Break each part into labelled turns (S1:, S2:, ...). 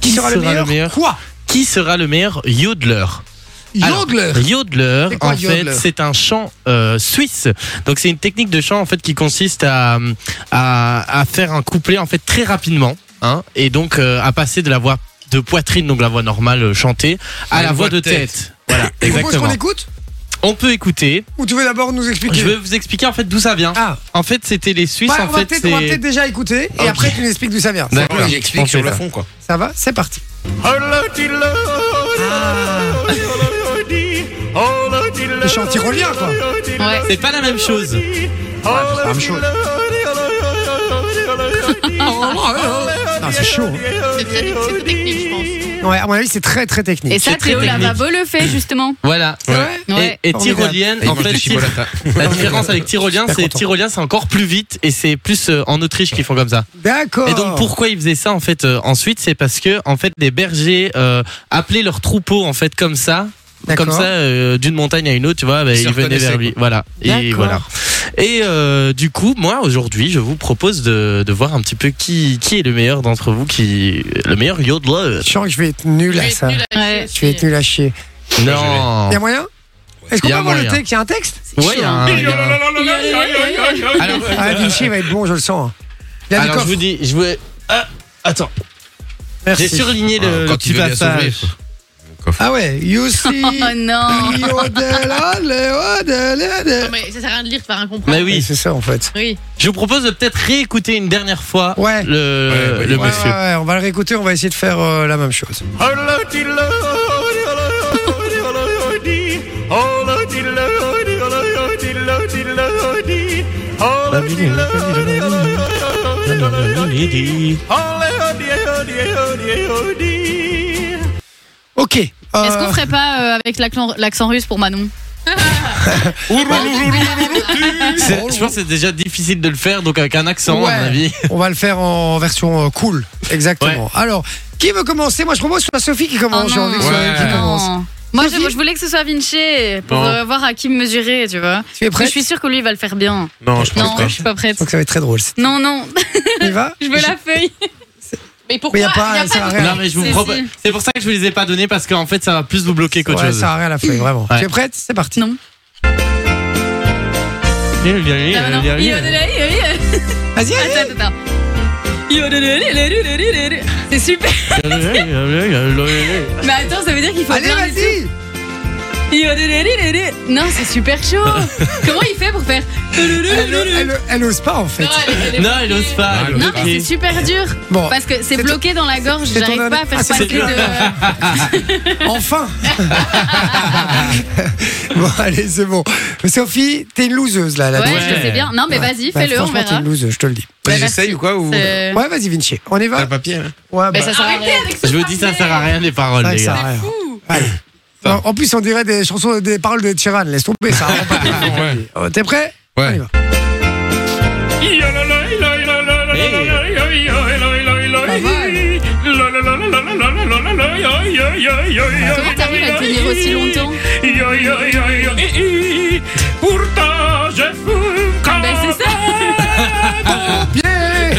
S1: Qui sera le meilleur
S2: Quoi
S1: Qui sera le meilleur yodeler Alors,
S2: Yodler
S1: Yodler,
S2: C'est quoi,
S1: en fait,
S2: yodler
S1: c'est un chant euh, suisse. Donc c'est une technique de chant en fait qui consiste à à, à faire un couplet en fait très rapidement, hein, et donc euh, à passer de la voix de poitrine, donc la voix normale euh, chantée, à
S3: À
S1: la
S3: une
S1: voix
S3: voix
S1: de
S3: de
S1: tête.
S3: tête.
S1: Voilà,
S2: Tu proposes
S1: exactement.
S2: qu'on écoute
S1: On peut écouter.
S2: Ou tu veux d'abord nous expliquer
S1: Je vais vous expliquer en fait d'où ça vient.
S2: Ah,
S1: En fait, c'était les Suisses. en
S2: bah, on va
S1: fait,
S2: peut-être on va
S1: c'est-
S2: peut-être déjà écouter et
S1: Ok.
S2: après tu nous expliques d'où ça vient.
S1: D'accord.
S3: Il
S1: On
S3: explique
S1: fait
S3: sur le
S1: ça.
S3: fond, quoi.
S2: Ça va C'est parti. Ah. Le chant tyrolien quoi.
S4: Ouais.
S1: C'est pas la même chose.
S2: c'est la même chose. Ah, c'est chaud. hein.
S4: C'est très c'est très technique, je pense.
S2: Ouais, à mon avis, c'est très très technique.
S4: Et ça,
S1: C'est très
S4: Théo
S1: technique.
S4: Lavabo le fait, justement.
S1: Voilà.
S2: C'est vrai
S1: Et-
S4: Ouais.
S1: Et,
S2: Formidable.
S1: tyrolienne,
S3: Et il
S1: en
S3: mange
S1: fait,
S3: des
S1: tyr-
S3: chipolatas.
S1: Bah, la différence avec tyrolien,
S2: Super
S1: c'est
S2: content.
S1: tyrolien, c'est encore plus vite et c'est plus euh, en Autriche qu'ils font comme ça.
S2: D'accord.
S1: Et donc pourquoi ils faisaient ça en fait euh, ensuite, c'est parce que en fait des bergers euh, appelaient leurs troupeaux en fait comme ça.
S2: D'accord.
S1: Comme ça, euh, d'une montagne à une autre, tu vois, bah,
S3: Ils se
S1: ils venaient vers
S3: reconnaissaient,
S1: lui. Voilà. Et
S2: D'accord.
S1: voilà. Et euh, du coup, moi aujourd'hui, je vous propose de, de voir un petit peu qui, qui est le meilleur d'entre vous, qui le meilleur yodeler.
S2: Je sens que je vais être nul à ça.
S4: Ouais.
S2: Je vais être nul à chier.
S1: Non.
S2: Y'a moyen Est-ce qu'on
S1: Ah. Y a
S2: peut avoir le
S1: moyen.
S2: texte Y'a un texte
S1: Ouais, il y a un- il y a un- Alors,
S2: Ah, Vinci va être bon, je le sens. hein. Il a du
S1: Alors
S2: coffre.
S1: je vous dis, je vous. Ah, attends, j'ai
S2: Merci.
S1: surligné le, le
S3: Ah, Quand
S1: petit
S3: il veut bien s'ouvrir.
S1: passage.
S2: Ah ouais, you see.
S4: Oh non
S2: Mais
S5: mais ça sert à rien de lire, tu vas rien comprendre.
S1: Mais Bah oui,
S2: c'est ça en fait.
S5: Oui.
S1: je vous propose de peut-être réécouter une dernière fois
S2: Ouais.
S1: le,
S3: Ouais, bah, ouais,
S1: le
S2: Ouais,
S1: monsieur.
S2: ouais, ouais, on va le réécouter, on va essayer de faire euh, la même chose. Ok. euh,
S4: Est-ce qu'on ferait pas euh, avec l'accent l'accent russe pour Manon
S1: C'est- Je pense que c'est déjà difficile de le faire, donc avec un accent,
S2: Ouais.
S1: à mon avis.
S2: on va le faire en version euh, cool. Exactement. Alors, qui veut commencer Moi, je propose que ce soit Sophie qui
S4: Oh
S2: commence. J'ai
S4: non.
S2: envie que ce soit elle qui
S4: Non.
S2: commence.
S4: Moi, je,
S2: Sophie
S4: je voulais que ce soit Vinci pour
S3: Bon.
S4: euh, voir à qui me mesurer, tu
S2: Tu es
S4: vois. Parce que
S2: prête
S4: Je suis sûre que lui va le faire bien.
S3: Non, je pense
S4: Non,
S3: pas.
S4: je suis pas prête.
S2: Donc ça va être très drôle. c'est-
S4: Non, non,
S2: On y va
S4: je veux la feuille.
S5: Mais pourquoi
S2: Mais y a pas, ça sert à rien.
S1: Non, mais je vous
S4: Si,
S1: propose.
S4: si.
S1: C'est pour ça que je vous les ai pas donnés parce qu'en fait, ça va plus vous bloquer qu'autre
S2: Ouais, ça
S1: chose.
S2: sert à rien la feuille, vraiment.
S1: Ouais.
S2: Tu es prête C'est parti.
S4: Non.
S1: Eh,
S4: Là,
S1: euh,
S4: maintenant.
S2: Vas-y, allez.
S4: Attends, attends, attends. C'est super. Mais attends, ça veut dire qu'il faut
S2: Allez,
S4: bien les
S2: vas-y.
S4: Non, c'est super chaud. Comment il fait pour faire
S2: Elle, elle- elle ose pas en fait.
S1: Non, il ose pas.
S3: Non,
S1: il ose
S4: Non,
S1: pas.
S4: mais c'est super dur
S2: Bon,
S4: parce que c'est
S2: Oh. C'est
S4: bloqué dans la gorge.
S2: c'est ton
S4: J'arrive pas à faire
S2: Ah, c'est
S4: passer
S2: ton-
S4: de.
S2: enfin. bon, allez, c'est bon. Sophie, t'es une loseuse là. là
S4: Ouais,
S1: Ouais.
S4: je sais bien. Non, mais
S2: Ouais.
S4: vas-y,
S2: Bah,
S4: fais-le, on
S2: Franchement, t'es
S4: verra.
S2: une loseuse, je te le dis.
S3: Vas-y,
S4: merci.
S3: J'essaye ou quoi ou... T'as
S4: C'est-
S2: Ouais, vas-y, Vinci. On y va
S1: Ah,
S3: le papier hein
S2: Ouais,
S4: Mais
S2: bah,
S4: ça sert à rien.
S1: Je vous dis, ça sert à rien les
S2: c'est
S1: paroles,
S2: vrai que
S1: les
S2: ça
S1: gars.
S2: a rien. Allez. En en plus, on dirait des chansons, des paroles de Tyrann. Laisse tomber, ça. a vraiment pas de-
S3: Ouais.
S2: Euh, T'es prêt On y
S3: Ouais.
S2: va.
S4: Comment t'arrives à tenir aussi longtemps
S6: Pourtant, je fume quand
S4: Ben, c'est ça.
S2: Bien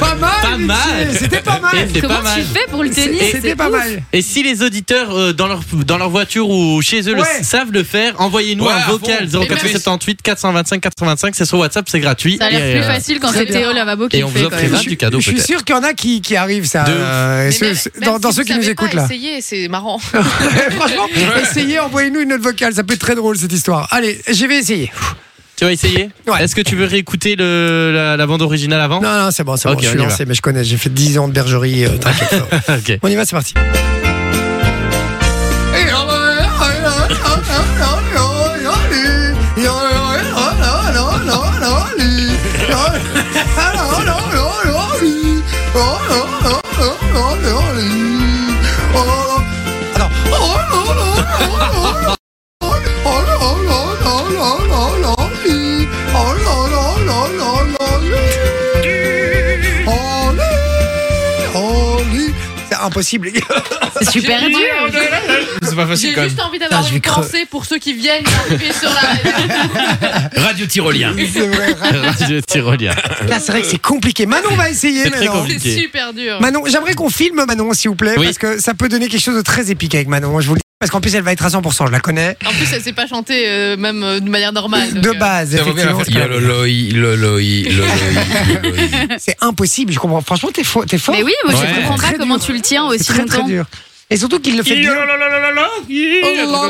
S2: Pas mal.
S1: Pas
S2: Vinci.
S1: mal.
S2: C'était pas mal.
S1: Et c'est
S4: Comment
S1: pas mal.
S4: tu fais pour le tenir
S2: C'était pas mal.
S1: Et si les auditeurs euh, dans, leur, dans leur voiture ou chez eux le
S2: Ouais.
S1: savent le faire, envoyez-nous
S3: Ouais,
S1: un
S3: à
S1: vocal
S3: fond.
S1: 0478 425 425, c'est sur WhatsApp, c'est gratuit.
S4: Ça a l'air
S1: Et,
S4: plus
S1: euh,
S4: facile quand
S2: très
S4: c'est
S2: bien.
S4: Théo Lavabo qui
S1: Et
S4: le
S1: on
S4: fait.
S1: vous offre
S4: quand
S1: les
S4: même.
S1: vins du cadeau
S2: Je suis
S1: peut-être.
S2: sûr qu'il y en a qui, qui arrivent ça.
S1: De ouf.
S2: euh, ceux- dans dans ceux qui nous écoutent là. Eh,
S5: Essayez, c'est marrant.
S2: Franchement, essayez, envoyez-nous une note vocale, ça peut être très drôle cette histoire. Allez, je vais essayer.
S1: Tu vas essayer
S2: Ouais.
S1: Est-ce que tu veux réécouter le, la, la bande originale avant
S2: Non, non, c'est bon, c'est
S1: Ok,
S2: bon, je suis
S1: on y va.
S2: lancé, mais je connais, j'ai fait 10 ans de bergerie, euh, t'inquiète.
S1: Ah, Ok.
S2: On y va, c'est parti. c'est impossible, les gars.
S4: C'est super dur.
S3: C'est pas facile
S5: J'ai
S3: quand même.
S5: juste envie d'avoir
S2: Putain, je vais
S5: une
S2: creux-
S5: pensée pour ceux qui viennent d'arriver sur la.
S3: Radio Tyrolien.
S2: C'est vrai.
S1: Radio Tyrolien.
S2: Là, c'est vrai que c'est compliqué. Manon, on va essayer
S1: C'est très
S2: maintenant.
S1: compliqué.
S5: C'est super dur.
S2: Manon, j'aimerais qu'on filme Manon, s'il vous plaît,
S1: Oui.
S2: parce que ça peut donner quelque chose de très épique avec Manon, hein, je vous le dis. Parce qu'en plus, elle va être à 100%, je la connais.
S5: En plus, elle sait pas chanter euh, même euh, de manière normale. donc,
S2: de
S5: euh,
S2: base,
S3: Ça va bien la
S2: effectivement.
S3: faire. Yololoi, loloi, loloi, loloi.
S2: C'est impossible, je comprends. Franchement, t'es faux. T'es fort.
S4: Mais oui, moi
S1: Ouais.
S4: je comprends
S2: Très
S4: pas
S2: dur.
S4: comment tu le tiens
S2: c'est
S4: aussi
S2: très très
S4: longtemps.
S2: dur. Et surtout qu'il le fait bien.
S4: Oh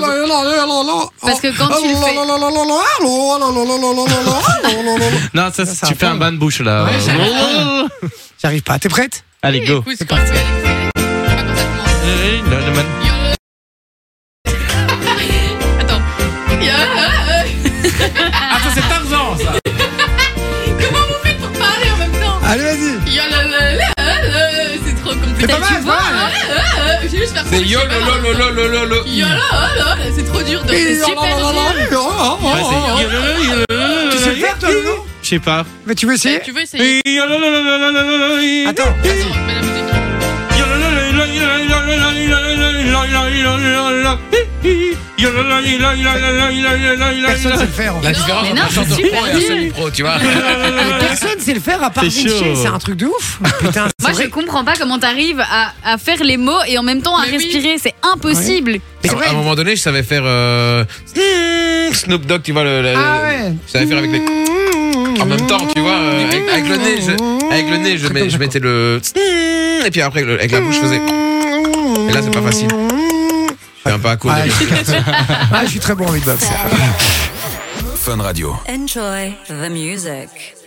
S3: Oh,
S4: Parce que quand tu le fais- Oh
S2: fais.
S1: Non, ça,
S2: Ça, ça
S1: tu
S2: va
S1: fais un
S2: prendre.
S1: bain de bouche là.
S5: Ouais, ça
S2: J'arrive pas. T'es prête
S1: Allez, go.
S5: écoute, quand tu vas l'écouter, je sais pas comment ça commence. Yolo. Attends. Yo-
S3: Ah, ça, c'est Tarzan, ça.
S5: Comment vous faites pour parler en même temps
S2: Allez, vas-y.
S5: Yololololol, C'est trop compliqué.
S2: C'est pas mal,
S5: Tu vois, hein, J'ai juste faire ça,
S3: C'est
S5: je sais pas, hein.
S3: yolololololo.
S5: Yolololol, C'est trop dur de
S2: Et-
S5: c'est super dur.
S2: Oh, Tu sais le faire, toi, non
S1: Je sais pas.
S2: Mais tu veux essayer
S5: Tu veux essayer
S2: Attends. vas-y.
S5: Attends, mets la musique.
S2: Personne sait le faire. en fait.
S3: La différence entre
S4: mais non,
S3: un
S4: c'est
S3: chanteur
S4: super
S3: pro et un
S4: nul.
S3: semi-pro, tu vois.
S2: Mais Personne sait le faire à part
S1: C'est
S2: Vinci.
S1: chaud.
S2: C'est un truc de ouf. Putain, c'est
S4: Moi
S2: vrai.
S4: je comprends pas comment t'arrives à, à faire les mots et en même temps à
S5: Mais oui.
S4: respirer, c'est impossible.
S2: Mais c'est
S3: À
S2: vrai.
S3: un moment donné, je savais faire euh, hmm, Snoop Dogg, tu vois. Le, le-
S2: Ah ouais.
S3: Je savais faire avec les. En même temps, tu vois, euh, avec, avec le nez, je, avec le nez, je, mets- je mettais le. Et puis après, le- avec la bouche, je faisais. Et là, c'est pas facile. Je suis un peu à court.
S2: Ah,
S3: de-
S2: je suis- Ah, je suis très bon en beatbox.
S7: Enjoy the music.